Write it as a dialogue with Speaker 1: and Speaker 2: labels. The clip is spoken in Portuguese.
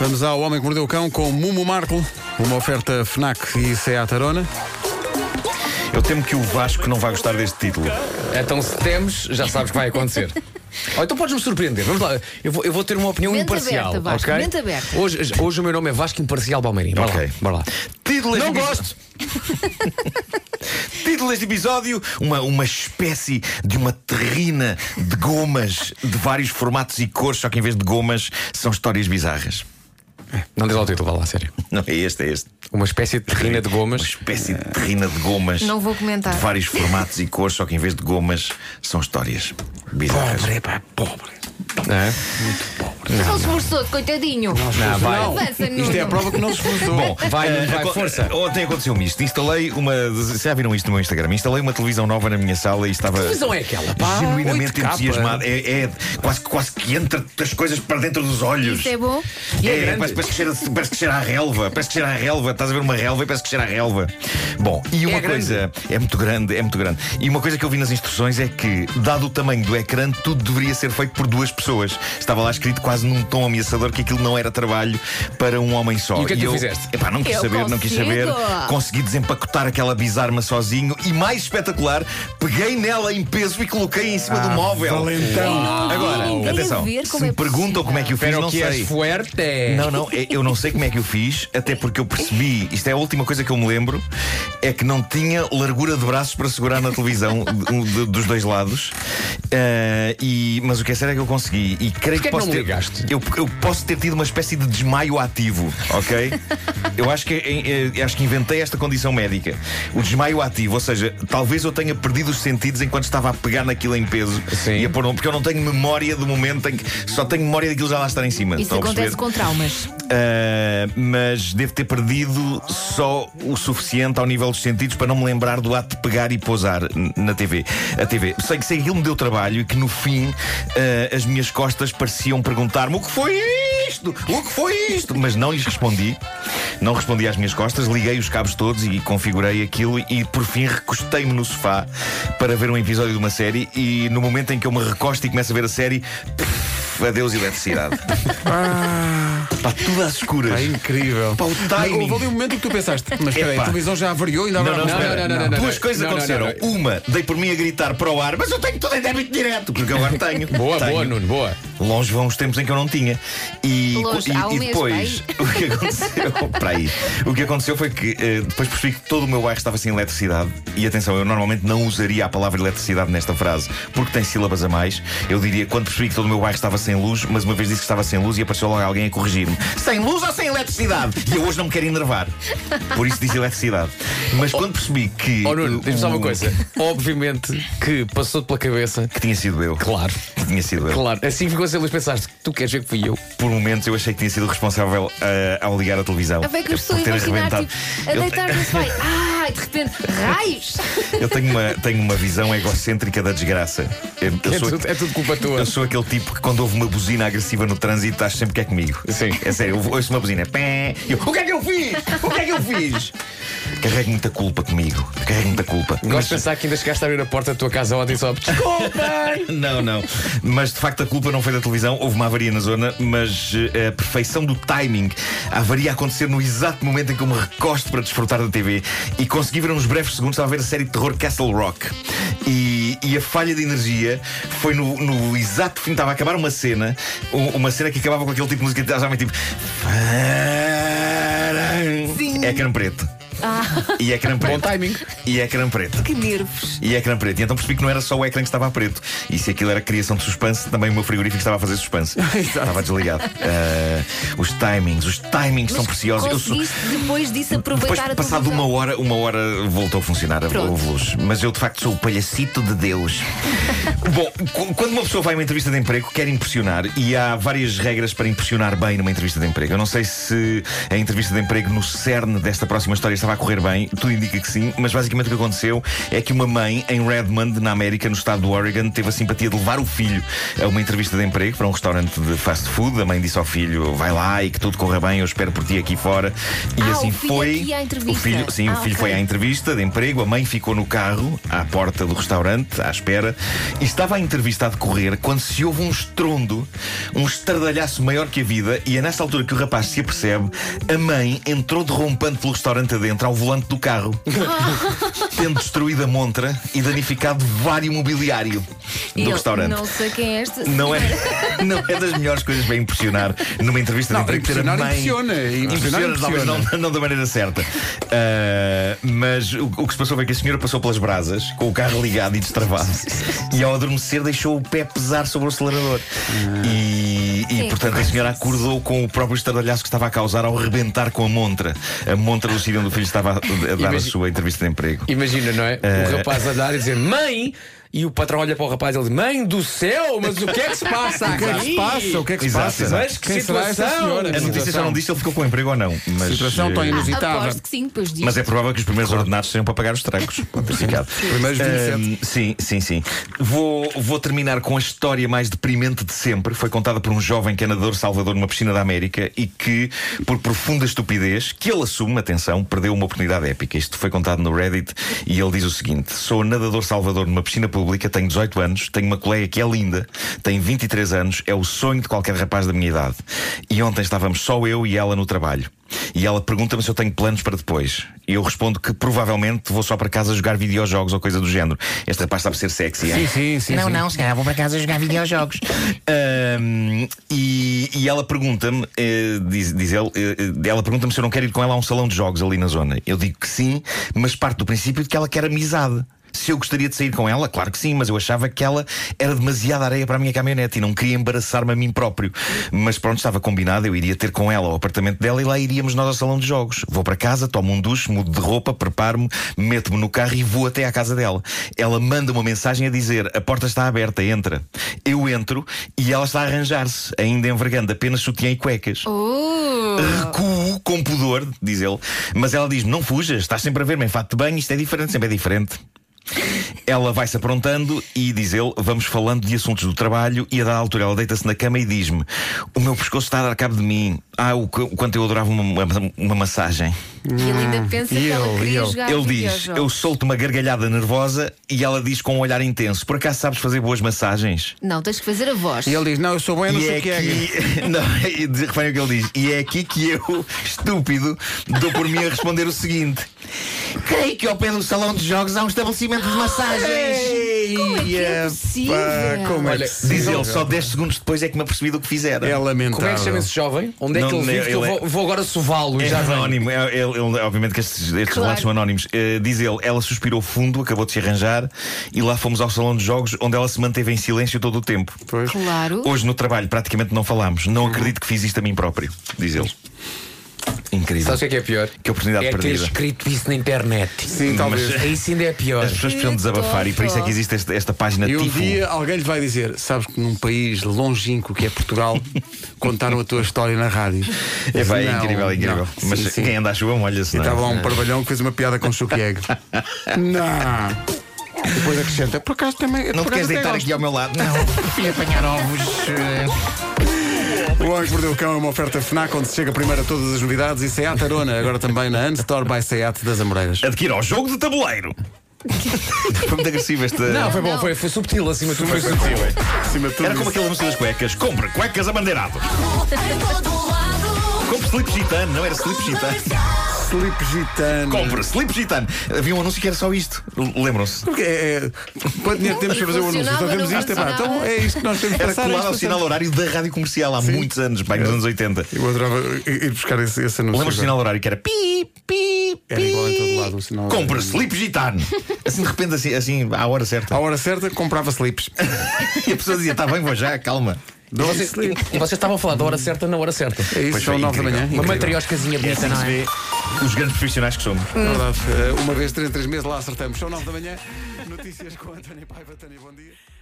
Speaker 1: Vamos ao Homem que Mordeu o Cão com Mumo Marco, uma oferta FNAC e Seat Arona.
Speaker 2: Eu temo que o Vasco não vai gostar deste título.
Speaker 3: Então, se temos, já sabes o que vai acontecer. Ou então podes-me surpreender. Vamos lá. Eu vou, eu vou ter uma opinião
Speaker 4: Mente
Speaker 3: imparcial.
Speaker 4: aberta, Vasco,
Speaker 3: ok?
Speaker 4: mente aberta.
Speaker 3: Hoje, hoje o meu nome é Vasco Imparcial Balmeirinho. Bora
Speaker 2: Ok.
Speaker 3: lá. Bora lá.
Speaker 2: Título
Speaker 3: Não
Speaker 2: deste epi-
Speaker 3: gosto.
Speaker 2: Título deste episódio: uma, uma espécie de uma terrina de gomas de vários formatos e cores, só que em vez de gomas são histórias bizarras.
Speaker 3: Não diz lá o título, vá lá, sério.
Speaker 2: Não, é este, é este.
Speaker 3: Uma espécie de terrina de
Speaker 2: Uma
Speaker 3: gomas.
Speaker 2: espécie de terrina de gomas.
Speaker 4: Não vou comentar.
Speaker 2: De vários formatos e cores, só que em vez de gomas são histórias bizarras.
Speaker 1: pá, pobre.
Speaker 3: Não é?
Speaker 4: Mas ele esforçou-se, coitadinho.
Speaker 3: Não, vai.
Speaker 1: Isto
Speaker 4: Avança,
Speaker 1: é a
Speaker 4: Nuno.
Speaker 1: prova que não se esforçou.
Speaker 2: Bom,
Speaker 3: Vai,
Speaker 2: eh,
Speaker 3: vai,
Speaker 2: aco-
Speaker 3: força.
Speaker 2: Ontem aconteceu-me isto. Instalei uma. Já viram isto no meu Instagram? Instalei uma televisão nova na minha sala e estava.
Speaker 3: televisão é aquela, pá?
Speaker 2: Genuinamente
Speaker 3: 8K.
Speaker 2: entusiasmado. É, é quase, quase que entra as coisas para dentro dos olhos.
Speaker 4: Isso é bom.
Speaker 3: E é
Speaker 2: É,
Speaker 3: grande.
Speaker 2: parece, parece que cheira, parece que cheira a relva. Parece que cheira a relva. Estás a ver uma relva e parece que cheira a relva. Bom, e uma
Speaker 3: grande.
Speaker 2: coisa. É muito grande, é muito grande. E uma coisa que eu vi nas instruções é que, dado o tamanho do ecrã, tudo deveria ser feito por duas pessoas. Estava lá escrito quase num tom ameaçador que aquilo não era trabalho para um homem só.
Speaker 3: E o que é que
Speaker 2: eu
Speaker 3: tu fizeste?
Speaker 2: Epá, não quis
Speaker 4: Eu
Speaker 2: saber, não quis
Speaker 4: consigo.
Speaker 2: saber. Consegui desempacotar aquela bizarma sozinho e, mais espetacular, peguei nela em peso e coloquei em cima
Speaker 3: Ah,
Speaker 2: do móvel.
Speaker 1: Valentão.
Speaker 2: Agora,
Speaker 4: ninguém a
Speaker 2: atenção,
Speaker 4: ver
Speaker 2: se
Speaker 4: como
Speaker 2: me
Speaker 4: é
Speaker 2: perguntam como é que eu fiz,
Speaker 3: Pero
Speaker 2: não
Speaker 3: que
Speaker 2: sei.
Speaker 3: és fuerte.
Speaker 2: Não, não, é- eu não sei como é que eu fiz, até porque eu percebi, isto é a última coisa que eu me lembro, é que não tinha largura de braços para segurar na televisão de- um, de- dos dois lados. Ah, e, mas o que é sério é que eu consegui. E creio
Speaker 3: Porquê que
Speaker 2: que posso
Speaker 3: não
Speaker 2: ter.
Speaker 3: ligaste?
Speaker 2: Eu, eu posso ter tido uma espécie de desmaio ativo, ok? eu acho que, eh, eh, acho que inventei esta condição médica. O desmaio ativo, ou seja, talvez eu tenha perdido os sentidos enquanto estava a pegar naquilo em peso
Speaker 3: Sim.
Speaker 2: e a pôr no- porque eu não tenho memória do momento em que só tenho memória daquilo já lá estar em cima.
Speaker 4: Isso
Speaker 2: estão a
Speaker 4: acontece
Speaker 2: perceber?
Speaker 4: com traumas.
Speaker 2: Uh, mas devo ter perdido só o suficiente ao nível dos sentidos para não me lembrar do ato de pegar e pousar n- na TV. A TV. Sei que sei que aquilo me deu trabalho e que no fim uh, as minhas costas pareciam perguntar-me o que foi isto? O que foi isto? Mas não lhes respondi. Não respondi às minhas costas, liguei os cabos todos e configurei aquilo e por fim recostei-me no sofá para ver um episódio de uma série e no momento em que eu me recosto e começo a ver a série, pff, adeus eletricidade. Pá, tudo às escuras.
Speaker 1: É incrível.
Speaker 2: Pá, o timing.
Speaker 1: Houve ali um momento em que tu pensaste, mas espera aí, a
Speaker 2: Epá.
Speaker 1: televisão já avariou, ainda
Speaker 2: Não,
Speaker 1: agora
Speaker 2: não,
Speaker 3: não,
Speaker 2: espera.
Speaker 3: não, não, não, não.
Speaker 2: Duas coisas
Speaker 3: Não, não,
Speaker 2: aconteceram.
Speaker 3: não,
Speaker 2: Uma, dei por mim a gritar para o ar, mas eu tenho tudo em débito direto, porque agora tenho.
Speaker 3: Boa,
Speaker 2: Tenho.
Speaker 3: boa, Nuno, boa.
Speaker 2: Longe vão os tempos em que eu não tinha. E,
Speaker 4: Longe,
Speaker 2: e-
Speaker 4: há um
Speaker 2: e
Speaker 4: mês,
Speaker 2: depois, o que aconteceu. para aí. O que aconteceu foi que eh, depois percebi que todo o meu bairro estava sem eletricidade. E atenção, eu normalmente não usaria a palavra eletricidade nesta frase, porque tem sílabas a mais. Eu diria quando percebi que todo o meu bairro estava sem luz, mas uma vez disse que estava sem luz e apareceu logo alguém a corrigir-me: sem luz ou sem eletricidade? E eu hoje não me quero enervar. Por isso disse eletricidade. Mas quando percebi que.
Speaker 3: Oh, Nuno,
Speaker 2: o-
Speaker 3: diz-me só uma
Speaker 2: o-
Speaker 3: coisa. Obviamente que passou-te pela cabeça.
Speaker 2: Que tinha sido eu.
Speaker 3: Claro.
Speaker 2: Que tinha sido eu.
Speaker 3: Claro. Assim que ficou sem luz, pensaste, tu queres ver que fui eu?
Speaker 2: Por momentos eu achei que tinha sido responsável ah, ao ligar a televisão.
Speaker 4: A ver que
Speaker 2: Por
Speaker 4: eu estou a
Speaker 2: ter
Speaker 4: imaginar,
Speaker 2: arrebentado.
Speaker 4: tipo, a
Speaker 2: Eu-
Speaker 4: deitar-me no sofá. e, Ai, de repente, raios!
Speaker 2: Eu tenho uma, tenho uma visão egocêntrica da desgraça. Eu, eu
Speaker 3: É
Speaker 2: sou,
Speaker 3: tudo, é tudo culpa tua.
Speaker 2: eu sou aquele tipo que quando houve uma buzina agressiva no trânsito, acho sempre que é comigo.
Speaker 3: Sim.
Speaker 2: É sério, eu ouço uma buzina. Pé, e eu, o que é que eu fiz? O que é que eu fiz? Carrego muita culpa comigo. Carrego muita culpa.
Speaker 3: Gosto de pensar que ainda chegaste a abrir a porta da tua casa ontem só. Desculpa!
Speaker 2: Não, não. Mas de facto a culpa não foi da televisão, houve uma avaria na zona, mas eh, a perfeição do timing, a avaria a acontecer no exato momento em que eu me recosto para desfrutar da TV e consegui ver uns breves segundos, estava a ver a série de terror Castle Rock. E, e a falha de energia foi no, no exato fim, estava a acabar uma cena, u- uma cena que acabava com aquele tipo de música de geralmente tipo. É creme preto. E é creme preto.
Speaker 3: Ah. Bom timing.
Speaker 2: E é creme preto.
Speaker 4: Que nervos!
Speaker 2: E ecrã preto. E então percebi que não era só o ecrã que estava a preto. E se aquilo era criação de suspense, também o meu frigorífico estava a fazer suspense. estava desligado. Ah, os timings, os timings são preciosos. Eu sou-
Speaker 4: conseguiste depois disso
Speaker 2: Depois,
Speaker 4: aproveitar a tua
Speaker 2: passado uma
Speaker 4: visão?
Speaker 2: hora, uma hora voltou a funcionar a
Speaker 4: Pronto.
Speaker 2: houve luz. Mas eu, de facto, sou o palhacito de Deus. Bom, qu- quando uma pessoa vai a uma entrevista de emprego, quer impressionar. E há várias regras para impressionar bem numa entrevista de emprego. Eu não sei se a entrevista de emprego, no cerne desta próxima história, estava a estava a correr bem, tudo indica que sim, mas basicamente o que aconteceu é que uma mãe em Redmond, na América, no estado do Oregon, teve a simpatia de levar o filho a uma entrevista de emprego para um restaurante de fast food. A mãe disse ao filho: vai lá e que tudo corra bem, eu espero por ti aqui fora. E
Speaker 4: Ah,
Speaker 2: assim
Speaker 4: o filho
Speaker 2: foi.
Speaker 4: aqui à entrevista.
Speaker 2: O filho, sim,
Speaker 4: Ah,
Speaker 2: o filho
Speaker 4: ok.
Speaker 2: foi à entrevista de emprego, a mãe ficou no carro, à porta do restaurante, à espera, e estava a entrevista a decorrer quando se ouve um estrondo, um estardalhaço maior que a vida, e é nessa altura que o rapaz se apercebe, a mãe entrou derrompante pelo restaurante adentro ao volante do carro, tendo destruído a montra e danificado vário mobiliário do
Speaker 4: Eu
Speaker 2: restaurante.
Speaker 4: Não sei quem é este.
Speaker 2: Não é, não é das melhores coisas para impressionar numa entrevista
Speaker 1: Não,
Speaker 2: de emprego ter a
Speaker 1: impressionar,
Speaker 2: mãe.
Speaker 1: impressiona. Impressionar,
Speaker 2: talvez
Speaker 1: impressiona.
Speaker 2: Não, não da maneira certa. Ah, mas o, o que se passou foi que a senhora passou pelas brasas, com o carro ligado e destravado, e ao adormecer deixou o pé pesar sobre o acelerador.
Speaker 1: Ah.
Speaker 2: E, e,
Speaker 4: Sim.
Speaker 2: portanto a senhora acordou com o próprio estardalhaço que estava a causar ao rebentar com a montra. A montra do sítio onde o filho estava a, a dar a
Speaker 3: Imagina-
Speaker 2: sua entrevista de emprego.
Speaker 3: Imagina, não é? O rapaz a dar e dizer mãe, e o patrão olha para o rapaz e ele diz: Mãe do céu, mas o que é que se passa
Speaker 1: O que
Speaker 3: aqui?
Speaker 1: é que se passa? O que é que se
Speaker 2: Exato,
Speaker 1: passa?
Speaker 2: exato.
Speaker 3: Mas que
Speaker 1: Quem será esta
Speaker 3: situação?
Speaker 1: senhora?
Speaker 2: A notícia já não disse se ele ficou com o emprego ou não. Mas,
Speaker 1: Situação tão
Speaker 2: eh,
Speaker 1: inusitada.
Speaker 4: Ah, Aposto que sim, depois disso.
Speaker 2: Mas é provável que os primeiros ordenados sejam para pagar os tracos. Pode ter ficado.
Speaker 1: Primeiros 27.
Speaker 2: Ahm, sim, sim, sim. Vou, vou terminar com a história mais deprimente de sempre. Foi contada por um jovem canador salvador numa piscina da América e que, por profunda estupidez, que ele assume, atenção, perdeu uma oportunidade épica. Isto foi contado no Reddit e ele diz o seguinte: Sou nadador salvador numa piscina pública, tenho 18 anos, tenho uma colega que é linda, tem 23 anos, é o sonho de qualquer rapaz da minha idade. E ontem estávamos só eu e ela no trabalho. E ela pergunta-me se eu tenho planos para depois. E eu respondo que provavelmente vou só para casa jogar videojogos ou coisa do género. Este rapaz sabe ser sexy, hein?
Speaker 1: Sim, sim, sim.
Speaker 5: não,
Speaker 1: sim.
Speaker 5: não, se calhar vou para casa jogar videojogos.
Speaker 2: Ahm, e, e ela pergunta-me, eh, diz, diz ele, eh, eh, ela pergunta-me se eu não quero ir com ela a um salão de jogos ali na zona. Eu digo que sim, mas parte do princípio de que ela quer amizade. Se eu gostaria de sair com ela, claro que sim, mas eu achava que ela era demasiada areia para a minha caminhonete e não queria embaraçar-me a mim próprio. Mas pronto, estava combinado, eu iria ter com ela ao apartamento dela e lá iríamos nós ao salão de jogos. Vou para casa, tomo um duche, mudo de roupa, preparo-me, meto-me no carro e vou até à casa dela. Ela manda uma mensagem a dizer: a porta está aberta, entra. Eu entro e ela está a arranjar-se, ainda envergando apenas sutiã e cuecas.
Speaker 4: Oh,
Speaker 2: Recuo com pudor, diz ele, mas ela diz: Não fujas, estás sempre a ver-me em fato de banho, isto é diferente, sempre é diferente. Ela vai-se aprontando e diz ele: Vamos falando de assuntos do trabalho. E a dada altura ela deita-se na cama e diz-me: O meu pescoço está a dar cabo de mim. Ah, o, qu- o quanto eu adorava uma, uma- uma massagem.
Speaker 4: e ele ainda pensa Tá, que ela
Speaker 1: eu,
Speaker 4: queria
Speaker 1: eu.
Speaker 4: jogar
Speaker 2: ele diz:
Speaker 4: videojogos.
Speaker 2: Eu solto uma gargalhada nervosa e ela diz com um olhar intenso: Por acaso sabes fazer boas massagens?
Speaker 4: Não, tens que fazer a voz.
Speaker 1: E ele diz: Não, eu sou bem, eu não
Speaker 2: e
Speaker 1: sei
Speaker 2: é
Speaker 1: o que é.
Speaker 2: aqui, não, e diz- reparem o que ele diz. E é aqui que eu, estúpido, dou por mim a responder o seguinte: Creio que ao pé do salão de jogos há um estabelecimento de massagens.
Speaker 4: Como é que é possível?
Speaker 1: Pá, como é
Speaker 3: Olha,
Speaker 1: que se-
Speaker 2: Diz ele, só 10 segundos depois é que me apercebi do que fizeram.
Speaker 1: É lamentável.
Speaker 3: Como é que se chama esse jovem? Onde é que
Speaker 2: Não,
Speaker 3: ele
Speaker 2: não,
Speaker 3: vive? Que eu
Speaker 2: ele é-
Speaker 3: vou, vou agora sová-lo e
Speaker 2: É
Speaker 3: já venho.
Speaker 2: anónimo, é- ele- ele- obviamente que estes, estes
Speaker 4: Claro.
Speaker 2: relatos são anónimos. Eh, diz ele, ela suspirou fundo, acabou de se arranjar e lá fomos ao salão de jogos onde ela se manteve em silêncio todo o tempo.
Speaker 1: Pois. Uhum.
Speaker 4: Claro.
Speaker 2: Hoje no trabalho praticamente não falámos. Não acredito que fiz isto a mim próprio, diz ele. Incrível.
Speaker 3: Sabes o que é que é pior?
Speaker 2: Que oportunidade
Speaker 3: é ter
Speaker 2: perdida.
Speaker 3: escrito isso na internet.
Speaker 1: Sim, talvez.
Speaker 3: Isso ainda é pior.
Speaker 2: As pessoas
Speaker 4: Que
Speaker 2: precisam desabafar e por isso é que existe esta, esta página
Speaker 1: E um
Speaker 2: Tifo.
Speaker 1: dia alguém lhe vai dizer: Sabes que num país longínquo que é Portugal, contaram a tua história na rádio.
Speaker 2: É, pá, é
Speaker 1: Não,
Speaker 2: incrível, é incrível.
Speaker 1: não.
Speaker 2: Mas
Speaker 1: Sim, sim.
Speaker 2: quem anda à chuva molha-se,
Speaker 1: E
Speaker 2: não é?
Speaker 1: estava lá um parvalhão que fez uma piada com Chuquieg. não. Depois acrescenta: Por acaso também.
Speaker 2: Não
Speaker 1: por
Speaker 2: te
Speaker 1: acaso
Speaker 2: queres
Speaker 1: até
Speaker 2: deitar
Speaker 1: gosto."
Speaker 2: aqui ao meu lado? Não.
Speaker 5: Fui apanhar ovos. eh,
Speaker 1: O Homem que Mordeu o Cão é uma oferta FNAC onde se chega primeiro a todas as novidades e Seat Arona, agora também na Unstore by Seat das Amoreiras.
Speaker 2: Adquira o jogo de tabuleiro. Foi muito agressivo esta.
Speaker 3: Não, foi bom,
Speaker 4: Não.
Speaker 3: foi, foi subtil acima de tudo. Foi subtil.
Speaker 1: Acima de tudo
Speaker 2: Era como aquela música das cuecas. Compre cuecas abandeirado. Compre slip gitano, não era slip gitano.
Speaker 1: Felipe Gitano.
Speaker 2: Compre slip gitano. Havia um anúncio que era só isto. L- Lembram-se?
Speaker 1: Porque é, é, quanto dinheiro temos para fazer o anúncio? Só
Speaker 4: Funcionava,
Speaker 1: temos
Speaker 4: não
Speaker 1: isto, é pá,
Speaker 4: funcionava.
Speaker 1: então é isto que nós temos que
Speaker 2: Era
Speaker 1: passar. é
Speaker 2: colado
Speaker 1: isto
Speaker 2: ao
Speaker 1: que
Speaker 2: sinal
Speaker 1: passamos.
Speaker 2: horário da rádio comercial há muitos anos, bem nos anos 80.
Speaker 1: Eu adorava ir buscar esse, esse anúncio.
Speaker 2: Lembras do sinal horário que era pi, pi,
Speaker 1: Era igual em
Speaker 2: pi.
Speaker 1: todo lado o sinal horário.
Speaker 2: Compre slip gitano. Assim de repente, assim, assim à hora certa.
Speaker 1: À hora certa, comprava slips.
Speaker 2: E a pessoa dizia: Está bem, vou já, calma.
Speaker 1: Doze
Speaker 3: Vocês,
Speaker 1: slips.
Speaker 3: e vocês estavam a falar da hora certa na hora certa.
Speaker 1: É isso,
Speaker 2: Pois
Speaker 1: são
Speaker 2: foi,
Speaker 1: nove da
Speaker 2: incrível.
Speaker 1: manhã.
Speaker 3: Uma
Speaker 1: Incrível.
Speaker 3: matrioscazinha
Speaker 2: É
Speaker 3: bonita,
Speaker 2: assim que
Speaker 3: não
Speaker 2: se
Speaker 3: é?
Speaker 2: vê os grandes profissionais que somos.
Speaker 1: Verdade. Eh, Uma vez, três, em três meses, lá acertamos. São nove da manhã. Notícias com António Paiva. Tânia, bom dia.